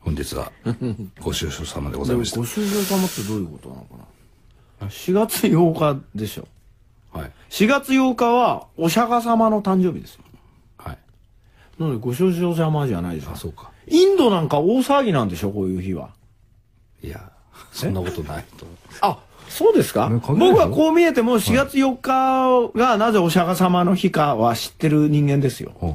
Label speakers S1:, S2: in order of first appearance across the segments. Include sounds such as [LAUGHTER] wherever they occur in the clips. S1: 本日 [LAUGHS] はご愁傷様でご
S2: ご
S1: ざいました
S2: ご愁傷様ってどういうことなのかな ?4 月8日でしょ。
S1: はい
S2: 4月8日はお釈迦様の誕生日ですよ。
S1: はい
S2: なのでご愁傷様じゃないです
S1: あ
S2: か。
S1: そうか
S2: インドなんか大騒ぎなんでしょ、こういう日は。
S1: いやそんなことないと
S2: あ、そうですか
S1: ね関係ないでしょ
S2: 僕はこう見えても4月4日がなぜお釈迦様の日かは知ってる人間ですよ。
S1: [LAUGHS] う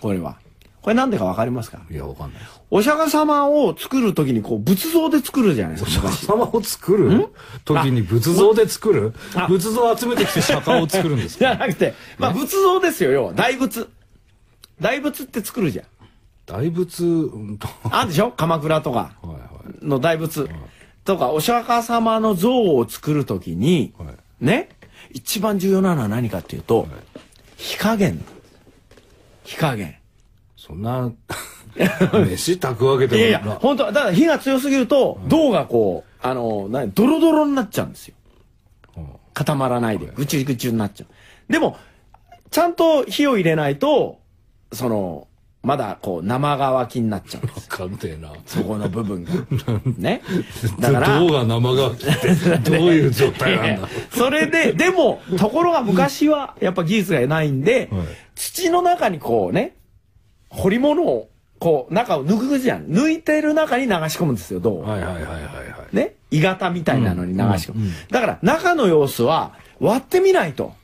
S2: これは。これなんでかわかりますか
S1: んいやわかんないです
S2: お釈迦様を作るときにこう仏像で作るじゃないです
S1: お
S2: か。
S1: 釈迦様を作る時に仏像で作る
S2: あ
S1: 仏像を集めてきて釈迦を作るんです
S2: じ
S1: か
S2: ゃなくて、まあ仏像ですよ、要は。大仏。大仏って作るじゃん。
S1: [LAUGHS] 大仏うんとは
S2: あんでしょ鎌倉とか
S1: いは
S2: の大仏。とか、お釈迦様の像を作るときに、
S1: はい
S2: ね、一番重要なのは何かっていうと、火加減なんです。火加減。
S1: そん [LAUGHS] な飯炊くわけで
S2: い
S1: も
S2: やいや、本当はだから火が強すぎると、銅がこう、あの、なドロドロになっちゃうんですよ。
S1: うん
S2: 固まらないで、ぐちゅぐちゅになっちゃう。でも、ちゃんと火を入れないと、その、まだこう生乾きになっちゃうんです。
S1: わかんねえな
S2: そこの部
S1: [LAUGHS]
S2: 分が。ね。だ
S1: だ
S2: か
S1: からら。が生が [LAUGHS] ってどういう状態なんだ
S2: それで、でも、ところが昔はやっぱ技術がないんで、
S1: はい
S2: 土の中にこうね、掘り物を、こう、中を抜くじゃん。抜いてる中に流し込むんですよ、銅
S1: [LAUGHS]
S2: を。
S1: はいはいはいはいはい
S2: ね、鋳型みたいなのに流し込む。
S1: うんうんうん
S2: だから中の様子は割ってみないと。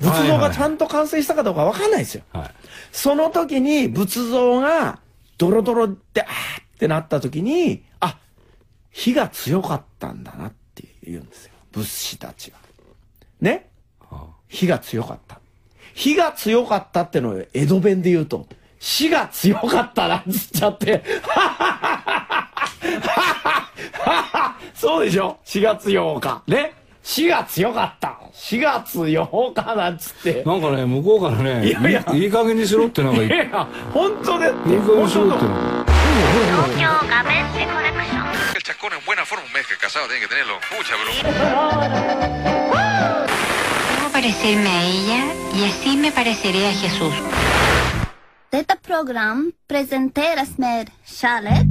S2: 仏
S1: はい
S2: 像
S1: はいは
S2: が
S1: い
S2: ちゃんと完成したかどうかわかんないですよ。
S1: はい
S2: その時に仏像がドロドロってあーってなった時に、あ、火が強かったんだなって言うんですよ。仏師たちは。ね
S1: あ
S2: 火が強かった。火が強かったってのを江戸弁で言うと、死が強かったなっつっちゃって、 [LAUGHS] そうでしょ ?4 月8日。ね死が強かった。4月8日なんつって。
S1: なんかね向こうからね
S2: いやいや
S1: いいい加減にしろってなんか
S2: い
S1: 言って
S2: や、本当でって。
S1: いい加減にしろっ
S2: 本
S1: て
S2: 当
S1: なん
S2: だ
S1: か
S3: 東京ガベッセコレクション
S4: El chacón en buena forma, un mes que casado tiene que tenerlo. Pucha, bro.
S5: Debo parecerme a ella y así me pareceré a Jesús.
S6: Detta program presenteras med kärlek,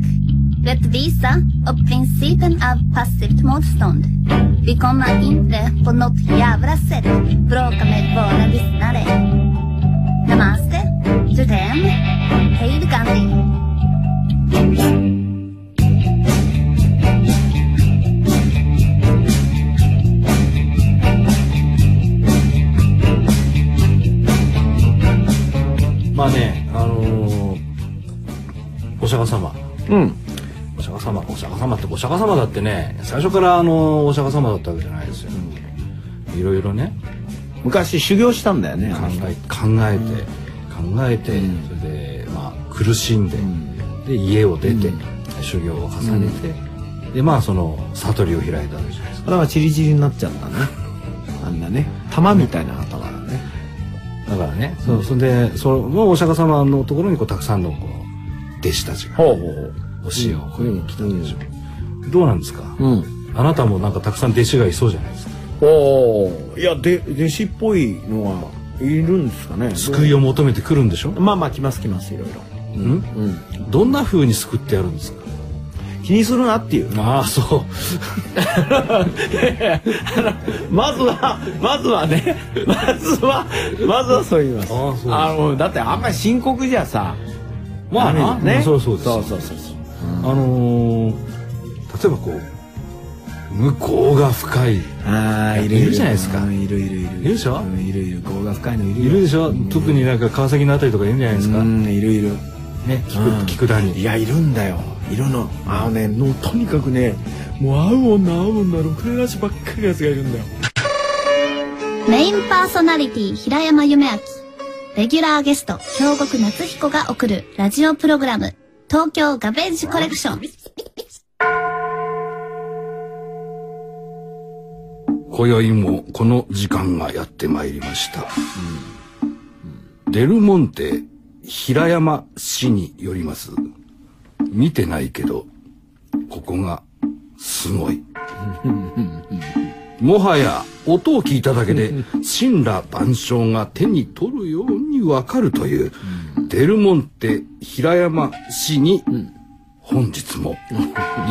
S6: rättvisa och principen av passivt motstånd. Vi kommer inte på något jävla sätt bråka med våra lyssnare. Namaste, Judem, Hail Gandhi.
S1: まあねあのー、お釈迦様
S2: うん。
S1: お釈迦様お釈迦様ってお釈迦様だってね最初からあのーお釈迦様だったわけじゃないですよ、いろいろね
S2: 昔修行したんだよね。
S1: 考え考えて、考えて、それでまあ苦しんで、で家を出て、修行を重ねて、でまあその悟りを開いたわけじゃないですか。
S2: だからチリチリになっちゃったね。あんなね。玉みたいな頭だね。
S1: だからね、そうそれでそのお釈迦様のところにこうたくさんのこう弟子たちが
S2: ほうほうほう。
S1: 教えをこういうの来たんでしょう。どうなんですか、
S2: うん。
S1: あなたもなんかたくさん弟子がいそうじゃないですか。
S2: おお。いや、で、弟子っぽいのは、いるんですかね。
S1: 救いを求めてくるんでしょ、う
S2: まあまあ、来ます来ます、いろいろ。
S1: ん、どんな風に救ってやるんですか
S2: 気にするなって [LAUGHS] いう。
S1: ああ、そう。
S2: まずは、まずはね、まずは、まずはそう言います。
S1: ああそうです
S2: の、だってあんまり深刻じゃさ、
S1: まあな
S2: ダメだね。
S1: そうそうです
S2: そうそうそうそう。
S1: あのー例えばこう向こうが深い
S2: ああ、いる
S1: いるじゃないですか
S2: うんいるいるいる。
S1: いるでしょ
S2: うんいるいる。業が深いのいる
S1: い
S2: よ
S1: るでしょ、特になんか川崎のあたりとかいるんじゃないですか、
S2: う
S1: ね
S2: ん、いるいる。
S1: 菊
S2: うん
S1: 菊田に
S2: いやいるんだよいるのあのねもうとにかくねもう会う女会う女ろくれなしばっかりのやつがいるんだよ
S6: メインパーソナリティ平山夢明。レギュラーゲスト、京極夏彦が送るラジオプログラム、東京ガベージコレクション。
S1: 今宵もこの時間がやってまいりました、デルモンテ平山氏によります見てないけどここがすごいもはや音を聞いただけで神羅万象が手に取るようにわかるというデルモンテ平山氏に本日も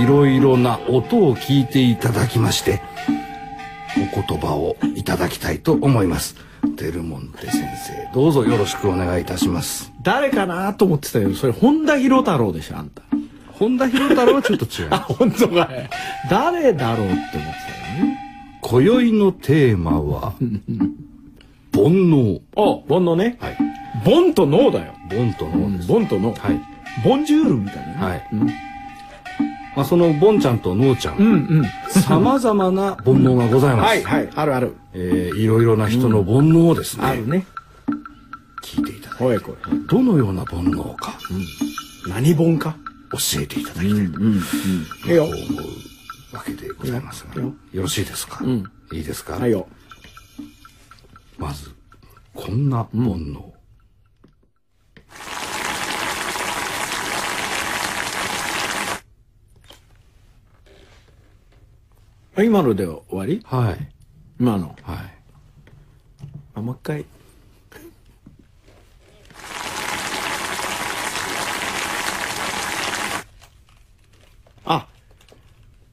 S1: いろいろな音を聞いていただきましてお言葉をいただきたいと思いますデルモンテ先生どうぞよろしくお願いいたします
S2: 誰かなと思ってたけど、それ本田博太郎でしょ、あんた。
S1: 本田博太郎はちょっと違い
S2: あ、
S1: ます
S2: 本当かい。誰だろうって思ってたよね。
S1: 今宵のテーマは煩悩
S2: あ、ボンのね。
S1: はい
S2: ボンとノーだよ。
S1: 煩と脳です、
S2: ボンとノー。
S1: はい
S2: ボンジュールみたいなね。
S1: はい
S2: うん
S1: まあ、そのボンちゃんとノーちゃ
S2: うんんうん。
S1: さまざまな煩悩がございます、
S2: はいはい。あるある。
S1: えーいろいろな人の煩悩をですね、
S2: あるね。
S1: 聞いていただいて
S2: ほいほい。
S1: どのような煩悩か
S2: 何ボンか
S1: 教えていただきたいと
S2: いいよ。
S1: 思うわけでございますが、
S2: うん
S1: よろしいですか、
S2: ん
S1: いいですか、
S2: はいよ。
S1: まずこんな煩悩、
S2: 今ので終わり
S1: はい
S2: 今の。
S1: はい
S2: あ、もう一回。あ、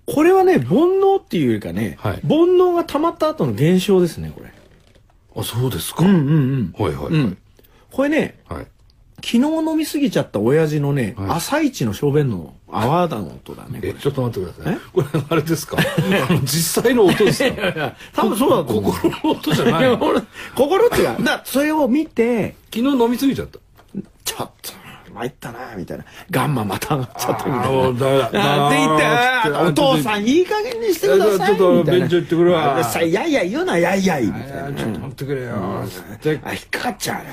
S2: これはね、煩悩っていうよりかね、
S1: はい
S2: 煩悩が溜まった後の現象ですね、これ。
S1: あそうですか、
S2: うんうん。
S1: はいはいはい、
S2: うん。これね、
S1: はい
S2: 昨日飲みすぎちゃった親父のね、
S1: はい
S2: 朝一の小便の泡だの音だね。こ
S1: え
S2: れ
S1: ちょっと待ってください
S2: え
S1: これあれ [LAUGHS] ですかあの実際の音ですか
S2: [LAUGHS] 多分そうだと思
S1: [LAUGHS]
S2: う。
S1: 心の音じゃないい [LAUGHS]
S2: や
S1: 昨
S2: 俺 [LAUGHS] 心っていうか、だからそれを見て、
S1: 日飲みすぎちゃった
S2: ちょっと、参ったな、みたいな。ガンマまた上がっちゃったみたいな。
S1: あだ
S2: あーって言ってあー、お父さん、いい加減にしてください。
S1: ちょっと
S2: みたいな
S1: 便所行ってくるわ
S2: さいやいや言うな、やいやい、みたいな。
S1: ちょっと待ってくれよで
S2: あ、引っかかっちゃうね。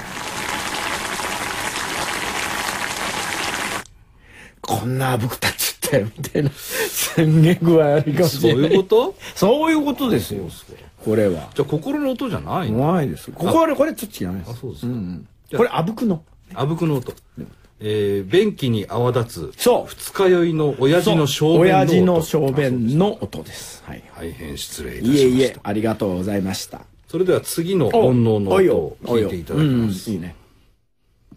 S2: こんなあぶくたっちゃったよ、みた
S1: [LAUGHS]
S2: いな。すんげえ具合悪いかもし
S1: そう
S2: れない。
S1: いうこと
S2: そういうことですよ、これは。
S1: じゃあ心の音じゃないの
S2: 怖いです。ここはね、これちょっと違うんで
S1: あ
S2: す。
S1: そうですか、
S2: これ、あぶくの。
S1: あぶくの音、えー、便器に泡立つ
S2: そう
S1: 二日酔いの親父の小便の音
S2: 親父の小便の音です。はい。
S1: 大変失礼いたしま
S2: い
S1: した
S2: えいえ、ありがとうございました。
S1: それでは次の煩
S2: お
S1: 悩の
S2: お
S1: 音
S2: よ
S1: を聞いていただき
S2: およ
S1: ま
S2: うん
S1: す
S2: いいね。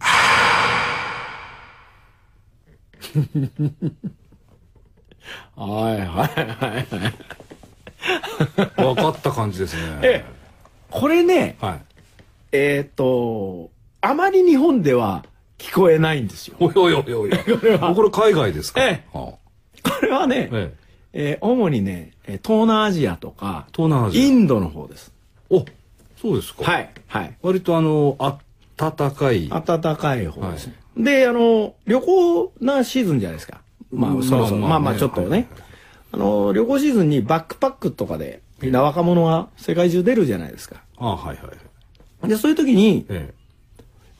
S2: [LAUGHS] はいはいはい。
S1: 分かった感じですね、
S2: えこれね、
S1: はい
S2: えっ、と、あまり日本では聞こえないんですよ。
S1: おいおいおいお
S2: [LAUGHS]
S1: いこれこれ海外ですか、
S2: え
S1: は
S2: これはね
S1: あ、ええ
S2: えー主にね、えー東南アジアとか、
S1: 東南アジア
S2: インドの方です。
S1: おそうですか、
S2: はい、はい。
S1: 割とあの暖かい
S2: 暖かい方ですね。で、あの、旅行なシーズンじゃないですか。まあ、
S1: うん
S2: そろそろ、ま
S1: ま
S2: あ
S1: あ
S2: ま
S1: まあ
S2: あ、
S1: ね
S2: ちょっと
S1: はいは
S2: ね
S1: い。
S2: あの、旅行シーズンにバックパックとかで、みんな若者が世界中出るじゃないですか。
S1: あはいはい、
S2: で、そういう時に、
S1: え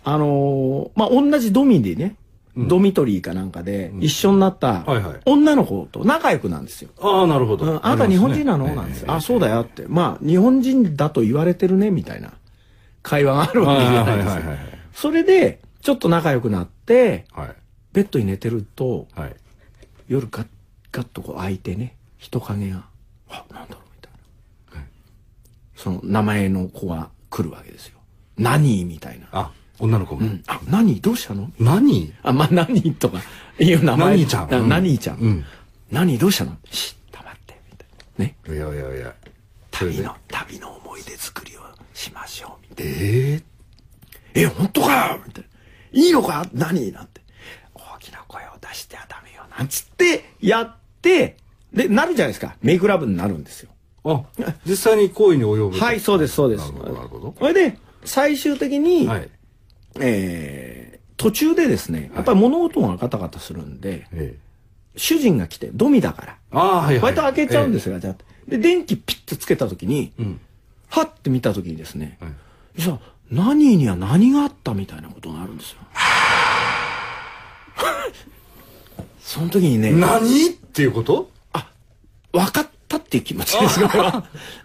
S2: あのーまあ、同じドミでね、ドミトリーかなんかで一緒になった
S1: はいはい
S2: 女の子と仲良くなんですよ。
S1: え、ああなるほ
S2: う
S1: ど、
S2: ん、あなた日本人なの、
S1: あり
S2: な
S1: ます
S2: ん
S1: ね
S2: です
S1: え
S2: よ
S1: え。
S2: あ、そうだよって。まあ、日本人だと言われてるね、みたいな会話があるわけじゃないです
S1: はいはいは
S2: よ
S1: いはいはい。
S2: それで、ちょっと仲良くなって、
S1: はい
S2: ベッドに寝てると、
S1: はい
S2: 夜ガッガッとこう開いてね人影が「あなんだろう」みたいな、
S1: はい
S2: その名前の子が来るわけですよ「何?」みたいな「
S1: あ女の子が、
S2: うん、あ何どうしたの?
S1: 何」
S2: あまあ「何?」とかいう名前
S1: 何ちゃん
S2: な
S1: うん
S2: 何ちゃん、
S1: うん
S2: 何どうしたの?「し黙って」みたいなね
S1: いやいやいやそれ
S2: 旅
S1: で
S2: の旅の思い出作りをしましょうみたいな
S1: ええ
S2: 「え本当かよ!」みたいな「いいのか何?」なんて「大きな声を出してはダメよ」なんつってやってでなるじゃないですかメイクラブになるんですよ
S1: あ、実際に行為に及ぶ。
S2: はい、そうです、そうです。
S1: なるほどなるほど
S2: それで、最終的に、
S1: はい。
S2: えー途中でですね、やっぱり物音がガタガタするんで、
S1: ええ。
S2: 主人が来て、ドミだから、
S1: ああ、はい、はい。
S2: 割と開けちゃうんです
S1: よ。
S2: よ、ガチャってで、電気ピッとつけたときに、
S1: ん
S2: はって見たときにですね、
S1: はい
S2: 実は何には何があったみたいなことがあるんですよ。その時にね、
S1: 何っていうこと
S2: 分かったっていう気持ちですよ。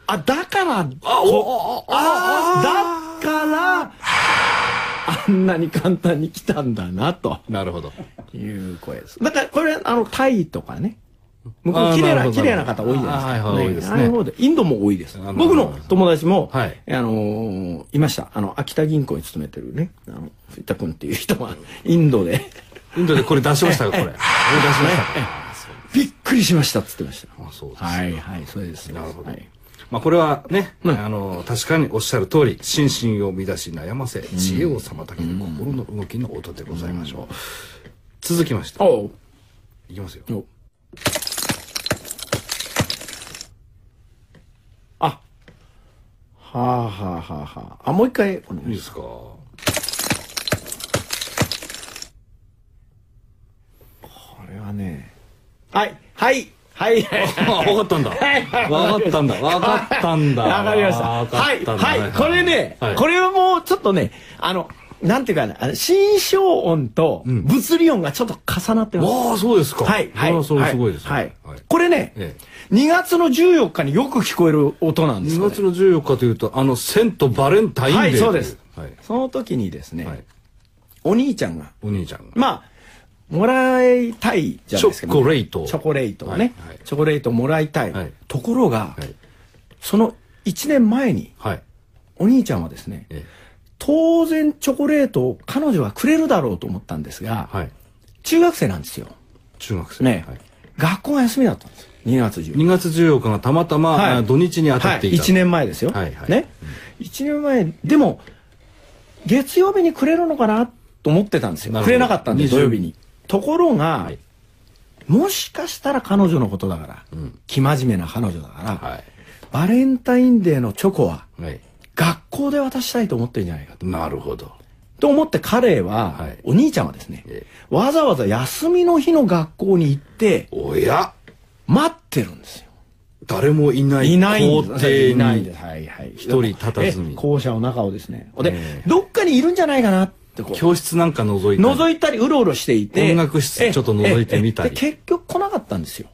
S2: あ、だから、
S1: あ、お、あ、
S2: ああだからあんなに簡単に来たんだなと
S1: なるほど。
S2: いう声ですだからこれあのタイとかね向こ
S1: あ
S2: う
S1: ー
S2: 綺
S1: なる
S2: 麗な
S1: ほど
S2: 綺麗な方多いじゃないで
S1: あ
S2: す
S1: ー
S2: か、
S1: はいはい多いですね
S2: ああいう方でインドも多いです
S1: あなるほど
S2: 僕の友達も、
S1: はい
S2: あのーいましたあの秋田銀行に勤めてるねあの藤田君っていう人がインドで [LAUGHS]
S1: インドでこれ出しましたよ、これ。思い出しました。
S2: びっくりしましたっつってました。
S1: あそうですか
S2: はいはい、そうです。
S1: なるほど
S2: はい
S1: まあこれはね、あの確かにおっしゃる通り心身を乱し悩ませ知恵を妨げる心の動きの音でございましょう、続きまして
S2: おう
S1: いきますよ
S2: おうあ、はあはあはあはあ。あ、もう一回お願い
S1: いい
S2: しま。
S1: ですすかこ
S2: これはね。はい、はい、はい、はい。
S1: 分かったんだ分かったんだ分かったんだ
S2: わかりました。
S1: わか
S2: はい、
S1: ったんだ
S2: はい、これね、
S1: はい
S2: これはもうちょっとね、あの、なんていうかな、あの、心象音と物理音がちょっと重なってます。
S1: わあそうですか
S2: はい、はい。
S1: あそれすごいですね
S2: はい。
S1: はい
S2: これね、
S1: え
S2: 2月の14日によく聞こえる音なんです
S1: 2
S2: よ、ね
S1: 月。の14日というとあの「セントバレンタインデー
S2: は
S1: とい」
S2: い、そうです。
S1: はい、
S2: その時にですね、
S1: はい、
S2: お兄ちゃんが、
S1: お兄ちゃんが
S2: まあ、もらいたいじゃないですか、
S1: チョコレートを
S2: チョコレートをね、
S1: はいはい
S2: チョコレートをもらいたい。
S1: はい
S2: ところが、
S1: はい
S2: その1年前に、
S1: はい
S2: お兄ちゃんはですね、
S1: え
S2: 当然チョコレートを彼女はくれるだろうと思ったんですが、
S1: はい
S2: 中学生なんですよ。
S1: 中学生
S2: ね、
S1: はい
S2: 学校が休みだったんですよ。2月14日。
S1: 2月14日がたまたま、
S2: はい
S1: あ土日に当たっていた、
S2: はい、1年前ですよ、
S1: はいはい
S2: ね、1年前でも月曜日にくれるのかなと思ってたんです
S1: なるほ
S2: よく
S1: ど
S2: れなかったんで
S1: 20
S2: 土曜日にところが、
S1: い
S2: もしかしたら彼女のことだから、生真面目な彼女だから、
S1: は、
S2: バレンタインデーのチョコはい
S1: はい、
S2: 学校で渡したいと思ってるんじゃないかと
S1: なるほど
S2: と思って彼は、
S1: はい
S2: お兄ちゃんはですね、
S1: え
S2: わざわざ休みの日の学校に行って
S1: おや
S2: 待ってるんですよ
S1: 誰もいない
S2: いない
S1: 校
S2: ん
S1: 庭
S2: ですいないん
S1: に
S2: ですはいはい一
S1: 人佇み
S2: 校舎の中をですねで、
S1: え
S2: どっかにいるんじゃないかなってこう
S1: 教室なんか覗いて
S2: 覗いたりうろうろしていて
S1: 音楽室ちょっと覗いてみたり
S2: えええで結局来なかったんですよ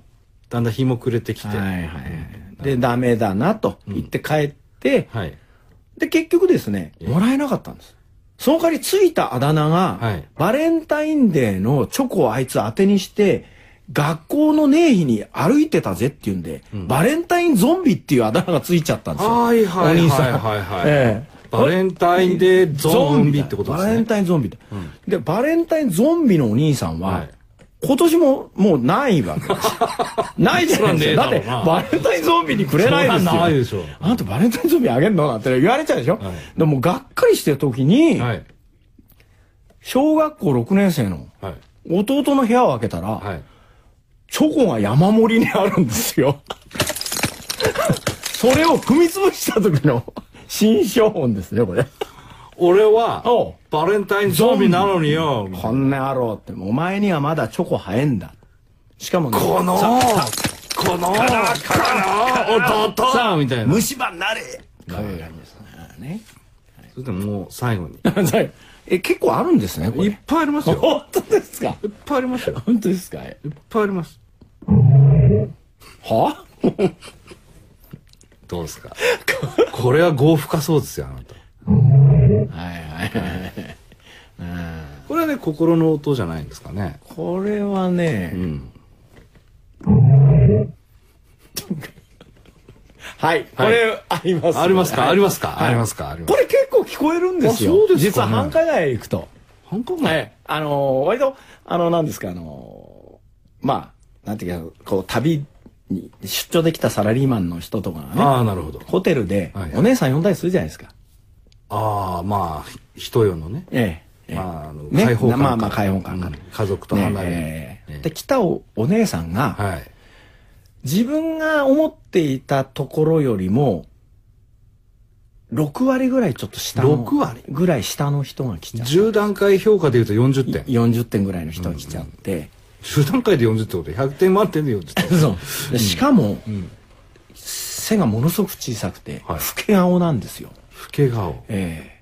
S1: だんだん日も暮れてきて
S2: はいでダメだなと言って帰って、
S1: はい
S2: で結局ですねもらえなかったんですその代わりついたあだ名が、
S1: はい
S2: バレンタインデーのチョコをあいつ当てにして学校の名日に歩いてたぜっていうんで、バレンタインゾンビっていうあだ名がついちゃったんですよ。
S1: はいはいはいはいはい
S2: お兄さんええ
S1: バレンタインデーゾンビってことですね
S2: バレンタインゾンビだ、で、バレンタインゾンビのお兄さんは、
S1: はい
S2: 今年ももうないわ
S1: [LAUGHS]
S2: けですよないじゃないですか。
S1: そ
S2: だ
S1: りゃねえだろ
S2: って、
S1: うな
S2: バレンタインゾンビにくれないです
S1: そ
S2: よ。
S1: りゃないでしょ
S2: あんたバレンタインゾンビあげんのなんて言われちゃうでしょ。
S1: はい
S2: でも、がっかりしてる時に、
S1: はい
S2: 小学校6年生の
S1: はい
S2: 弟の部屋を開けたら、
S1: はい
S2: チョコが山盛りにあるんですよ。 [LAUGHS] それを踏み潰した時の [LAUGHS] 新象音ですね、これ。
S1: 俺は
S2: おう
S1: バレンタインゾンビなのによ
S2: こんな野郎って、お前にはまだチョコ生えんだ。しかもね、
S1: この
S2: さ
S1: このこの弟さあみたいな
S2: 虫歯にな
S1: [LAUGHS]
S2: れこういう感じですね。
S1: それでももう最後に
S2: ね [LAUGHS] え、結構あるんですね、こ
S1: いっ
S2: れ。
S1: ぱいありますよ
S2: 本当ですか
S1: いっぱいありますよ
S2: 本当ですか
S1: いっぱいあります
S2: は
S1: どうですかこれは業深そうですよあなた
S2: はいはいはい。
S1: これはね心の音じゃないんですかね
S2: これはね、
S1: ん
S2: はい、これあります、
S1: ありますか、ありますか、
S2: はい
S1: ありますかあります
S2: これ結構聞こえるんですよ。
S1: あそうですかね
S2: 実は繁華街行くと。
S1: 香港
S2: は。
S1: はい
S2: あのー割と、あの、なんですか、あのーまあ、なんていうか、こう、旅に出張できたサラリーマンの人とか
S1: あ
S2: がね、
S1: あなるほど
S2: ホテルで
S1: はい
S2: お姉さん呼んだりするじゃないですか。
S1: ああまあひ人よのね
S2: ええ。ええ
S1: まああの
S2: ね
S1: 開放感から
S2: まあまあ開放感から
S1: うん家族と離れ、
S2: ねえ
S1: ね
S2: で、来たおお姉さんが、
S1: はい
S2: 自分が思っていたところよりも、6割ぐらいちょっと下の。
S1: 6割
S2: ぐらい下の人が来ちゃう。
S1: 10段階評価でいうと40点
S2: 40点ぐらいの人が来ちゃって。
S1: 10段階で40ってことで100点満点で40点
S2: そうでしかも、背がものすごく小さくて、
S1: はい
S2: 老け顔なんですよ。
S1: 老け顔
S2: ええ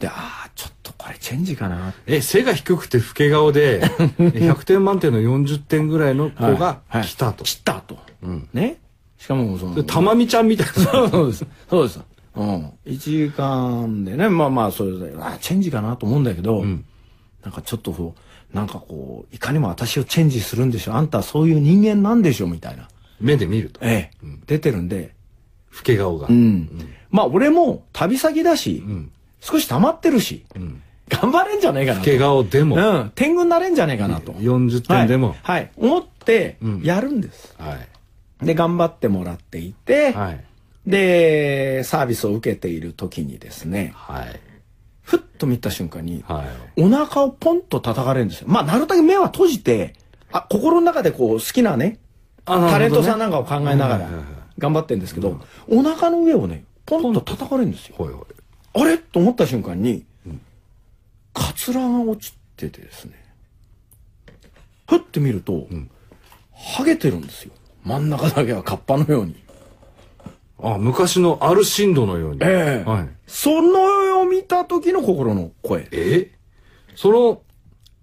S2: で、ああ、ちょっとこれチェンジかな。
S1: [LAUGHS] え背が低くて老け顔で [LAUGHS] 100点満点の40点ぐらいの子が
S2: はい
S1: 来たと、
S2: 来たと。
S1: ん
S2: ね。しかも、その。
S1: でたまみちゃんみたいな
S2: そうです。そうです。うん。1時間でね、まあまあ、それで、あ、チェンジかなと思うんだけど、なんかちょっとこう、なんかこう、いかにも私をチェンジするんでしょ。あんたはそういう人間なんでしょ、みたいな。
S1: 目で見ると老
S2: ええ。出てるんで、
S1: け顔が、
S2: うん。まあ、俺も旅先だし、少し溜まってるし、頑張れんじゃねえかなと。
S1: 怪我をでも、
S2: うん。天狗になれんじゃねえかなと。
S1: 40点でも、
S2: はい。はい思って
S1: うん、
S2: やるんです。
S1: はい。
S2: で、頑張ってもらっていて、
S1: はい。
S2: で、サービスを受けている時にですね、
S1: はい。
S2: ふっと見た瞬間に、
S1: はい。
S2: お腹をポンと叩かれるんですよ。まあ、なるだけ目は閉じて、あ、心の中でこう、好きなね、
S1: あなるほどね
S2: タレントさんなんかを考えなが
S1: う
S2: ら
S1: んうんうん
S2: 頑張ってるんですけど、お腹の上をね、ポンと叩かれるんですよ。
S1: ほいほい。
S2: あれと思った瞬間に、カツラが落ちててですね、ふって見ると、ハゲてるんですよ。真ん中だけはカッパのように。
S1: あ、昔のアルシンドのように。
S2: ええ
S1: はい。
S2: その絵を見た時の心の声。
S1: えその、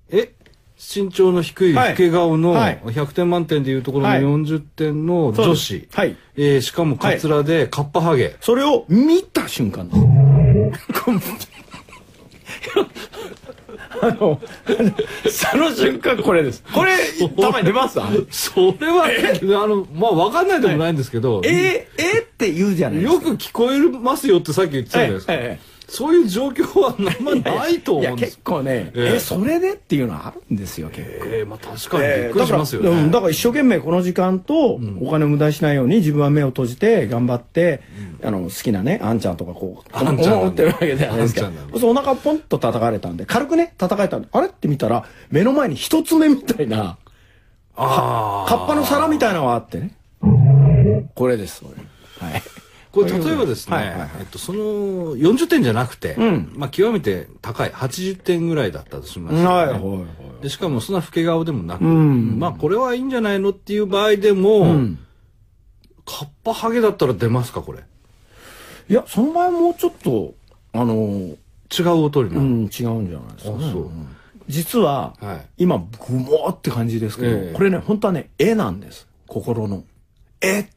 S1: え身長の低い
S2: はい
S1: 老け顔の
S2: はい
S1: 100点満点でいうところの
S2: はい
S1: 40点の
S2: そう
S1: 女
S2: です
S1: 子。
S2: はい
S1: えーしかもカツラでカッパハゲ。
S2: それを見た
S1: [LAUGHS]
S2: 瞬間です。あの、その瞬間これです。これ、たまに出ますあの
S1: それは、あの、まあ、わかんないでもないんですけど、
S2: えー、えーって言うじゃないですか。
S1: よく聞こえますよってさっき言ってたじゃないですか。
S2: ええええ
S1: そういう状況はあんまないと
S2: い
S1: 思う
S2: や
S1: んで
S2: 結
S1: す。
S2: 構ね、え
S1: ええ
S2: それでっていうのはあるんですよ結構、
S1: ええまあ確かにびっくりしますよね。
S2: だから,、うん、だから一生懸命この時間とお金を無駄にしないように自分は目を閉じて頑張って、あの好きなねあんちゃんとかこう
S1: あんちゃんなんだ
S2: 思ってるわけじゃないで
S1: あ
S2: すか
S1: んちゃんなんだ
S2: そうお腹ポンと叩かれたんで軽くね叩かれたんであれって見たら目の前に一つ目みたいな
S1: ああ。
S2: カッパの皿みたいなのがあってねこれですこれはい
S1: これ例えばですね、
S2: はいはいはい
S1: えっと、その40点じゃなくて、
S2: ん
S1: まあ極めて高い80点ぐらいだったとしますよね
S2: はいはいはい
S1: でしかもそんな老け顔でもなく、
S2: ん
S1: まあこれはいいんじゃないのっていう場合でも、
S2: うん
S1: カッパハゲだったら出ますかこれ
S2: いやその前もうちょっとあのー
S1: 違う音にな
S2: う
S1: る、
S2: ん、違うんじゃないですか、ね。
S1: あそうん
S2: 実は、
S1: はい
S2: 今、グモーって感じですけど、
S1: ええ
S2: これね、本当はね、絵なんです。心の。絵って。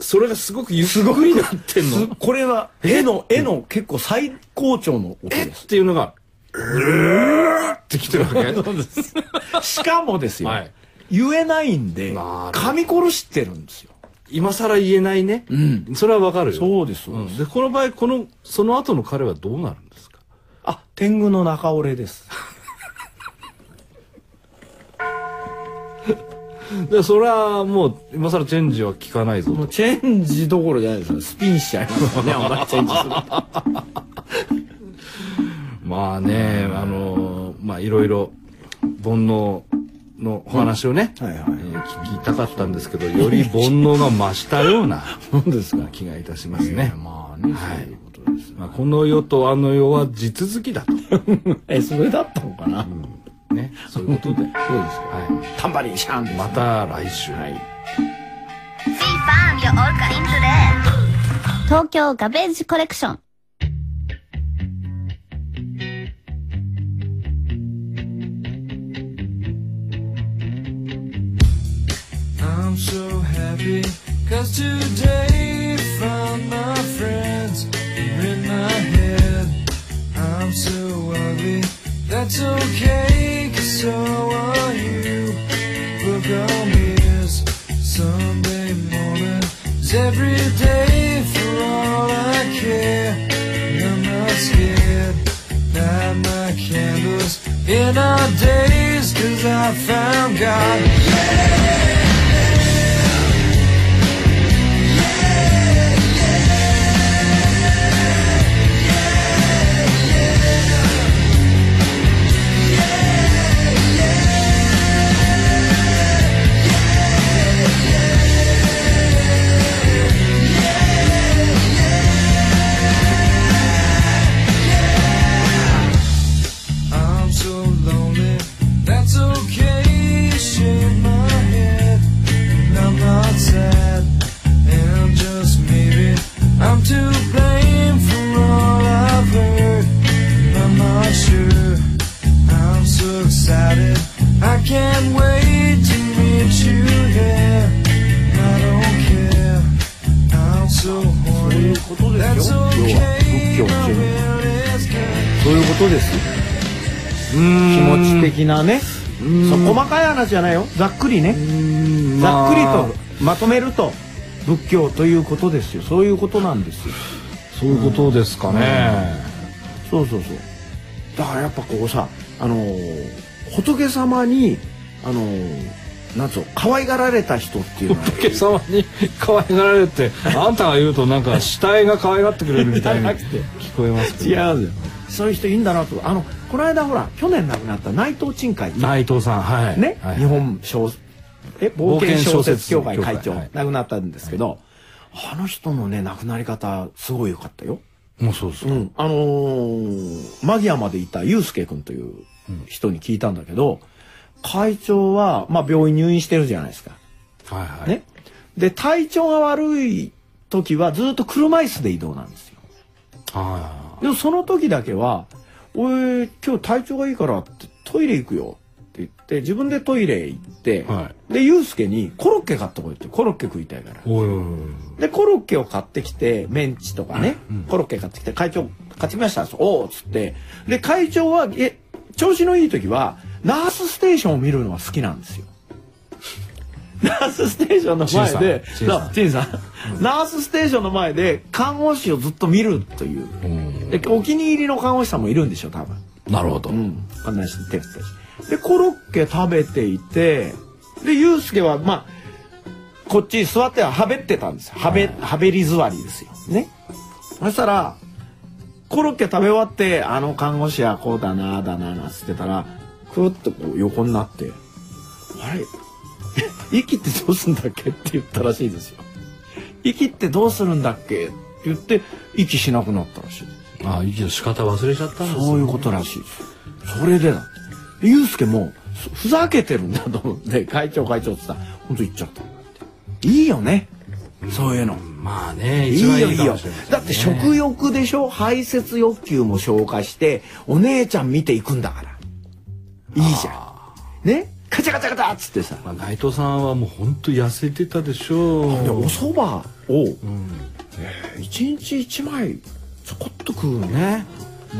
S1: それがすごくゆっくりなってん
S2: す
S1: の
S2: これは、絵の、絵の結構最高潮の音
S1: え
S2: で
S1: っ
S2: す。
S1: ていうのがうーってきてるわけ
S2: [LAUGHS]
S1: です
S2: しかもですよ、
S1: はい
S2: 言えないんで、
S1: なる
S2: 噛み殺してるんですよ。
S1: 今更言えないね、それはわかるよ
S2: そうです、そう
S1: う
S2: です。
S1: んでこの場合このその後の彼はどうなるんですか
S2: あ、天狗の中折れです。
S1: でそれはもう今更チェンジは効かないぞ
S2: も
S1: と
S2: うチェンジどころじゃないですよ。 [LAUGHS] スピンしちゃいますよね、あんまりチェンジすると。
S1: まあねあのまあいろいろ煩悩のお話をね、
S2: はいはい
S1: えー聞きたかったんですけどより煩悩が増したような [LAUGHS]
S2: そうですか。
S1: 気がいたしますね、
S2: まあね、
S1: はい
S2: そういうことです。
S1: まあ、この世とあの世は地続きだ
S2: え、それだったのかな、
S1: とねそういうことで、
S2: そうですか。
S1: は
S2: タンバリンシャンです
S1: い、また来週、
S2: はい。
S3: Sí, fam, you're all kind today.
S6: 東京ガベージコレクション。
S7: I'm so happy cause today found my friends here in my head. I'm so ugly, that's okay cause so are you. Book on is Sunday morning is every day for all I care. And I'm not scared, light my candles in our days cause I found God. I'm so lonely. That's okay. Shake my head. And I'm not sad. And just maybe I'm to blame for all I've heard. And I'm not sure. I'm so excited. I can't wait to meet you here. And I don't care. I'm so horny. That's okay. My will is good.
S2: そういうことですよ。気持ち的なね。そう細かい話じゃないよ。ざっくりね。ざっくりとまとめると仏教ということですよ。そういうことなんですよ。
S1: そういうことですかね、
S2: そうそうそう。だからやっぱこうさあのー仏様にあのーなんつうの可愛がられた人っていうのは
S1: 仏様に可愛がられてあんたが言うとなんか死体が可愛がってくれるみたいに聞こえますけど
S2: 違うんだよそういう人いいんだなとあのこの間ほら去年亡くなった内藤珍海ね、
S1: 内藤さんはいはい
S2: 日本小え冒険小説協会会長
S1: はい
S2: 亡くなったんですけど、あの人のね亡くなり方すごい良かったよ。
S1: もうそうです
S2: うん、あのー間際までいたユ介スケ君という人に聞いたんだけど、会長は、まあ、病院入院してるじゃないですか。
S1: はいはい
S2: ね。で、体調が悪い時はずっと車椅子で移動なんですよ。
S1: あ
S2: でもその時だけは「俺今日体調がいいからってトイレ行くよ」って言って自分でトイレ行って、
S1: は
S2: でユうスケに「コロッケ買ってこい」ってコロッケ食いたいから
S1: あおいおいおい
S2: でコロッケを買ってきてメンチとかね、コロッケ買ってきて会長買ってきましたおおっつってで会長はえ調子のいい時はナースステーションを見るのが好きなんですよ。 [LAUGHS] ナースステーションの前で
S1: 陳さん
S2: そう陳さんナースステーションの前で看護師をずっと見るというでお気に入りの看護師さんもいるんでしょ多分
S1: なるほど
S2: うん案内して手振ってでコロッケ食べていてでユうスケはまあこっちに座ってははべってたんですよはべはべり座りですよねそしたらコロッケ食べ終わってあの看護師はこうだなあだなあなんつってたらくっとこう横になってあれ [LAUGHS] 息ってどうするんだっけって言ったらしいですよ息ってどうするんだっけって言って息しなくなったらしい
S1: ああ息の仕方忘れちゃったんですね
S2: そういうことらしいですそれでだってユうスケもそふざけてるんだと思って会長会長ってさ本当言っちゃったんだっていいよねそういうの
S1: まあね
S2: いい
S1: 一番
S2: よ
S1: い
S2: い
S1: い
S2: い
S1: かも
S2: よ
S1: しれないですね
S2: だって食欲でしょ排泄欲求も消化してお姉ちゃん見ていくんだからいいじゃんねカチャカチャカチャっつってさ
S1: まあ内藤さんはもう本当痩せてたでしょ
S2: でお
S1: う
S2: 蕎麦を、えー一日一枚ちょこっと食うのね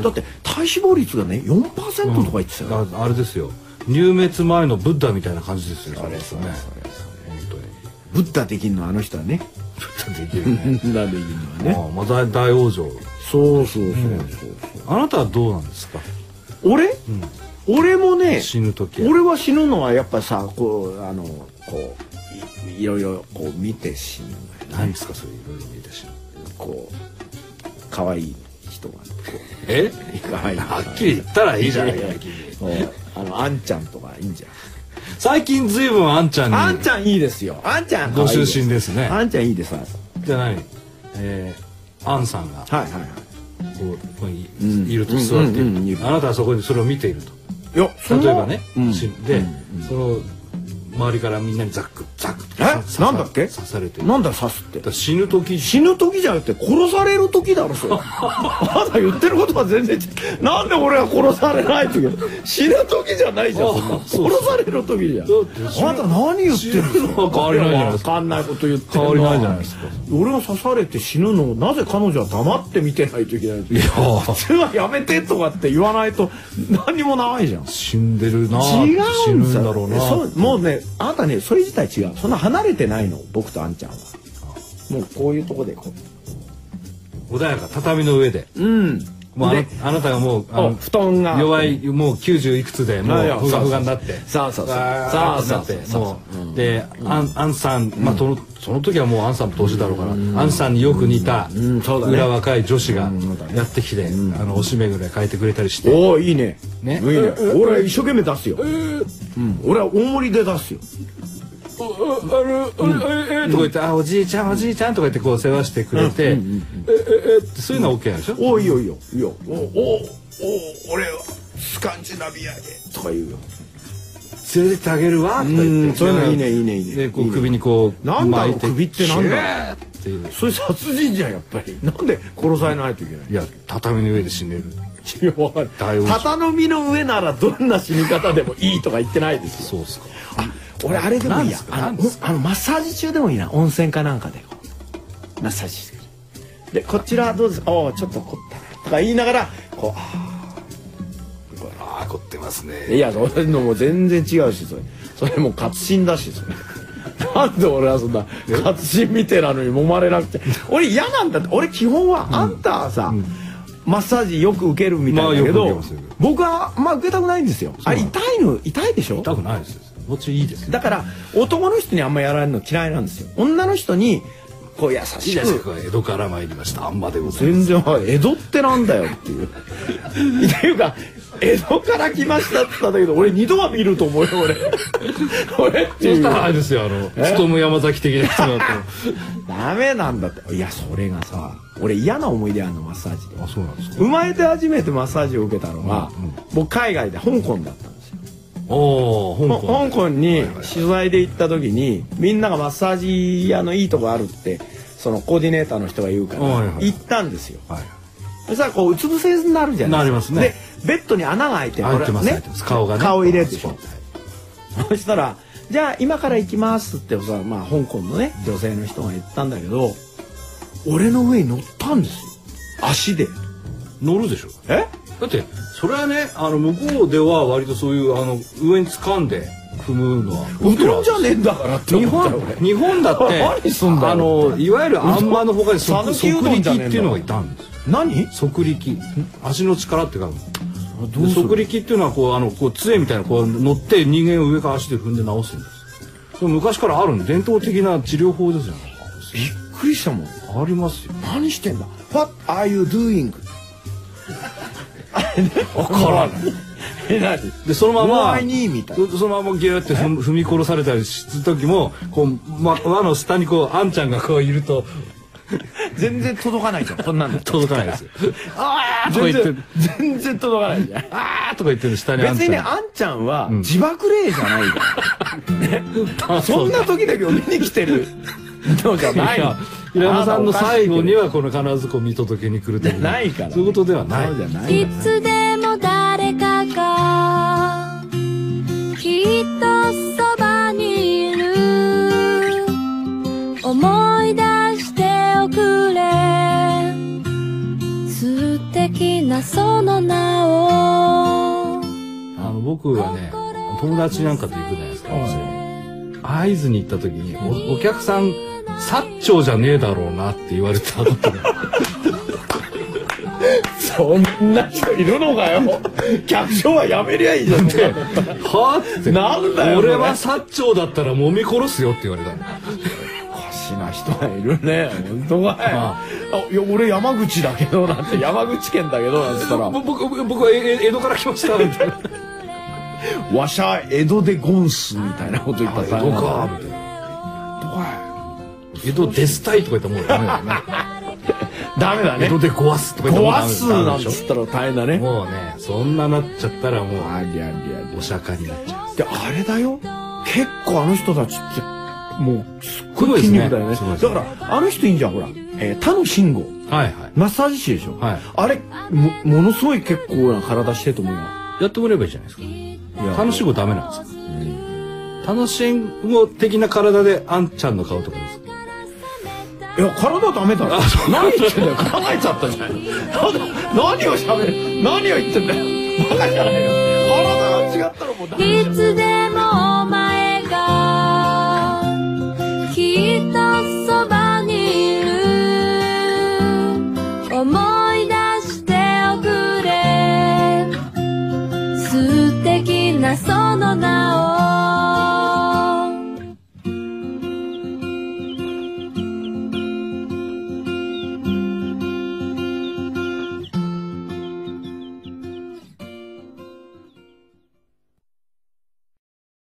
S2: だって体脂肪率がね4%とか言ってたよ、
S1: だからあれですよ入滅前のブッダみたいな感じですよね
S2: そうですそう
S1: 本当に
S2: ブッダできんのはあの人はね。
S1: ブッダできるね
S2: ブッダできんのはね。
S1: ああまあ大大往生
S2: そうそうそうそう。
S1: あなたはどうなんですか
S2: 俺、俺もね、
S1: 死ぬ時
S2: 俺は死ぬのはやっぱさ、こうあのこういいろいろこう見て死ぬんだよね。
S1: 何ですかそういう色々見てしまう
S2: こう可愛い人がこ
S1: え
S2: う可愛い人が。
S1: [LAUGHS] はっきり言ったらいいじゃない
S2: ややそうあのあんちゃんとかいいんじゃん。
S1: 最近ずいぶんあんちゃんに
S2: あんちゃんいいですよ。あんちゃん可愛い
S1: ご就寝ですね
S2: あんちゃんいいです。はい
S1: じゃないえーあんさんが
S2: はいはい。
S1: こうここに
S2: ん
S1: いると座って
S2: うんうんうん
S1: い
S2: いる
S1: るあなたはそこにそれを見ていると
S2: いやその
S1: 例えばね、
S2: うん
S1: 死んで、その周りからみんなにザックザックと
S2: え
S1: 刺さ
S2: なんだっけ
S1: 刺されてるだ
S2: なんだ刺すって
S1: から死ぬ時
S2: 死ぬ時じゃなくて殺される時だろそれあなた言ってることは全然違うなんで俺は殺されないって言うの死ぬ時じゃないじゃんそんな
S1: あそう
S2: 殺される時じゃん
S1: だって死ぬ
S2: あなた何言ってる
S1: 死ぬのは変わりないじゃないですか
S2: わかんないこと言ってる
S1: 変
S2: な
S1: わりないじゃないですか
S2: 俺が刺されて死ぬのをなぜ彼女は黙って見てないといけないいや普通はやめてとかって言わないと何にもないじゃん
S1: 死んでるなぁ
S2: 違
S1: 死
S2: うん
S1: ぬ
S2: で
S1: ん
S2: すよ
S1: だろうなぁ
S2: そうもうねあなたねそれ自体違うそんな離れてないの僕とあんちゃんはもうこういうとこでこ
S1: 穏やか畳の上で
S2: ううん
S1: もうあな
S2: で
S1: あなたがもうあ
S2: お
S1: の
S2: 布団が
S1: 弱いもう90いくつでも
S2: あいや
S1: うふがふがになって
S2: そうそうそう
S1: わー
S2: そう
S1: ってなって
S2: そう
S1: もうでアンアンさんまあそのその時はもうアンさんも年だろうからアンさんによく似た
S2: んそうだね
S1: 裏若い女子がやってきてあのおしめぐらい変えてくれたりして
S2: おおいいね
S1: ね
S2: いいね俺は一生懸命出すよ、うん、俺は大盛りで出すよ
S1: とか言って「あおじいちゃんおじいちゃん」とか言ってこう世話してくれて「えええってそういうのは OK なんでしょ
S2: おおいいよいいよいいよおおお俺はスカンジナビアへとか言うよ
S1: 連れてってあげるわ」とか言
S2: う
S1: っ
S2: ん
S1: て
S2: そういうのいいねいいねいいね
S1: でこう首にこう
S2: なんだろ
S1: 巻
S2: う
S1: いて
S2: 首ってなんだろう
S1: キューっていう
S2: それ殺人じゃんやっぱりなんで殺されないといけない
S1: いや畳の上で死ねる
S2: いやわかんない
S1: 大王子
S2: 畳の上ならどんな死に方でもいいとか言ってないです
S1: そ
S2: よ
S1: うっすか
S2: あ俺あれでもいいや
S1: なんですか
S2: あ
S1: なん
S2: の
S1: です
S2: あのマッサージ中でもいいな温泉かなんかでこうマッサージしてくれでこちらどうですかおーちょっと凝ったなとか言いながらこうあ
S1: ああ凝ってます
S2: ーい
S1: ね
S2: やそれのもう全然違うしそれそれもう活心だしそれ [LAUGHS] なんで俺はそんな活心みてえなのに揉まれなくて俺嫌なんだって俺基本はあんたはさ、マッサージよく受けるみたいだけ
S1: まあ
S2: ど、
S1: よく受けますよ
S2: 僕はあんま受けたくないんですよあれ痛いの痛いでしょ
S1: 痛くないですよ気持ちいいですよ
S2: だから男の人にあんまやられるの嫌いなんですよ女の人にこう優
S1: いい
S2: し
S1: じゃないです
S2: く
S1: か江戸から参りましたあんまでございます
S2: 全然はい江戸ってなんだよっていうっていうか江戸から来ましたって言ったんだけど俺二度は見ると思うよ俺俺って
S1: そ
S2: い
S1: し
S2: う
S1: たらあれですよあの勤む山崎的な人だと
S2: ダメなんだっていやそれがさ俺嫌な思い出あるのマッサージで
S1: [LAUGHS] あそうなんですか
S2: 生まれて初めてマッサージを受けたのが、
S1: うんうん
S2: 僕海外で香港だったんですよ
S1: おお香
S2: ほ
S1: 港
S2: 香港に取材で行った時にみんながマッサージ屋のいいとこあるってそのコーディネーターの人が言うから
S1: はいはい
S2: 行ったんですよ
S1: はい
S2: そしたらこううつ伏せになるじゃないですか
S1: なります
S2: でベッドに穴が開いて
S1: 開いてます
S2: これ
S1: 開いてます顔がね
S2: 顔入れるでしょそしたら「じゃあ今から行きます」ってさ、まあ、香港のね女性の人が言ったんだけど俺の上に乗ったんですよ足で
S1: 乗るでしょ
S2: え
S1: だってそれはねあの向こうでは割とそういうあの上に掴んで踏むのは
S2: うどんじゃねえんだからって
S1: 日
S2: 思った
S1: 本
S2: よ俺
S1: 日本だって
S2: 何すんだよ
S1: あのいわゆるあんまのほかにそ
S2: 讃
S1: く
S2: 岐う
S1: 力
S2: どん
S1: っ
S2: じ
S1: て
S2: ゃねえんだ
S1: いうのがいたんですよ
S2: 何
S1: 即力足の力って書く
S2: どうする
S1: 即力っていうのはこうあのこう杖みたいなこう乗って人間を上から足で踏んで直すんですそれ昔からあるんで伝統的な治療法ですよね
S2: びっくりしたもん
S1: ありますよ
S2: 何してんだ What are you doing?
S1: 分からない
S2: え何
S1: でそのま
S2: お
S1: ま
S2: 前にみたいな
S1: そそのままギューって踏む踏み殺されたりする時もこう、ま、輪の下にこうあんちゃんがこういると
S2: 全然届かないじゃんこんなんだと
S1: 届かないですよ
S2: ああ
S1: とか
S2: 全
S1: 言って
S2: 然全然届かないじゃん
S1: あーとか言ってる下にあん
S2: 別
S1: ちゃ
S2: に
S1: ん
S2: ね
S1: が
S2: あんちゃんは自爆霊じゃないからねそんな時だけを見に来てるのじゃない
S1: いや平山さんの最後にはこの必ずこう見届けに来るという
S2: ないから
S1: そういうことではない
S2: そうじゃない
S8: いつでも誰かがきっとそばにいる思い出しておくれ素敵なその名を
S1: あの僕はね友達なんかと行くじゃないですか会津に行った時におお客さん「薩長じゃねえだろうな」って言われたことが
S2: そんな人いるのかよ客商はやめりゃいいじゃ [LAUGHS] ん
S1: はあっつって
S2: なんだよ
S1: 俺は
S2: こ
S1: 薩長だったら揉み殺すよ」って言われたの
S2: おかしな人がいるね本当かい,、
S1: ま
S2: あ、いや俺山口だけどなんて山口県だけどなんて言ったら
S1: ぼ僕僕僕はえ江戸から来ましたみた
S2: [LAUGHS]
S1: いな
S2: 「わしゃ江戸でゴンス」みたいなこと言ったら
S1: 江戸かみたいな江戸デスタイとか言ったらもうダメだよね
S2: ダメだ
S1: 江
S2: ね
S1: 戸で壊すとか言ったらもう
S2: 壊
S1: ダメ
S2: す
S1: ダメ
S2: なん
S1: で
S2: つ
S1: し
S2: ったら大変だ
S1: ょ
S2: ね
S1: もうねそんななっちゃったらも
S2: ありゃりゃ
S1: うお釈迦になっちゃう
S2: であれだよ結構あの人たちってもうすっ
S1: す
S2: ご
S1: ご
S2: い
S1: いです
S2: 筋
S1: ね
S2: 肉だよね
S1: すごいです
S2: だ
S1: ね
S2: からあの人いいんじゃんほら、えー、他の慎吾
S1: はいはい
S2: マッサージ師でしょ、
S1: はい
S2: あれもものすごい結構な体してると思うよ
S1: やってもらえばいいじゃないですか
S2: いや
S1: 楽しいダメなんですよ、楽しんご的な体であんちゃんの顔とかです
S2: いや体ダメだろ何言ってんだよ考えちゃったじゃない [LAUGHS] 何をしゃべる何を言ってんだよバカじゃないよ体が違ったらもうダメ
S8: いつでもお前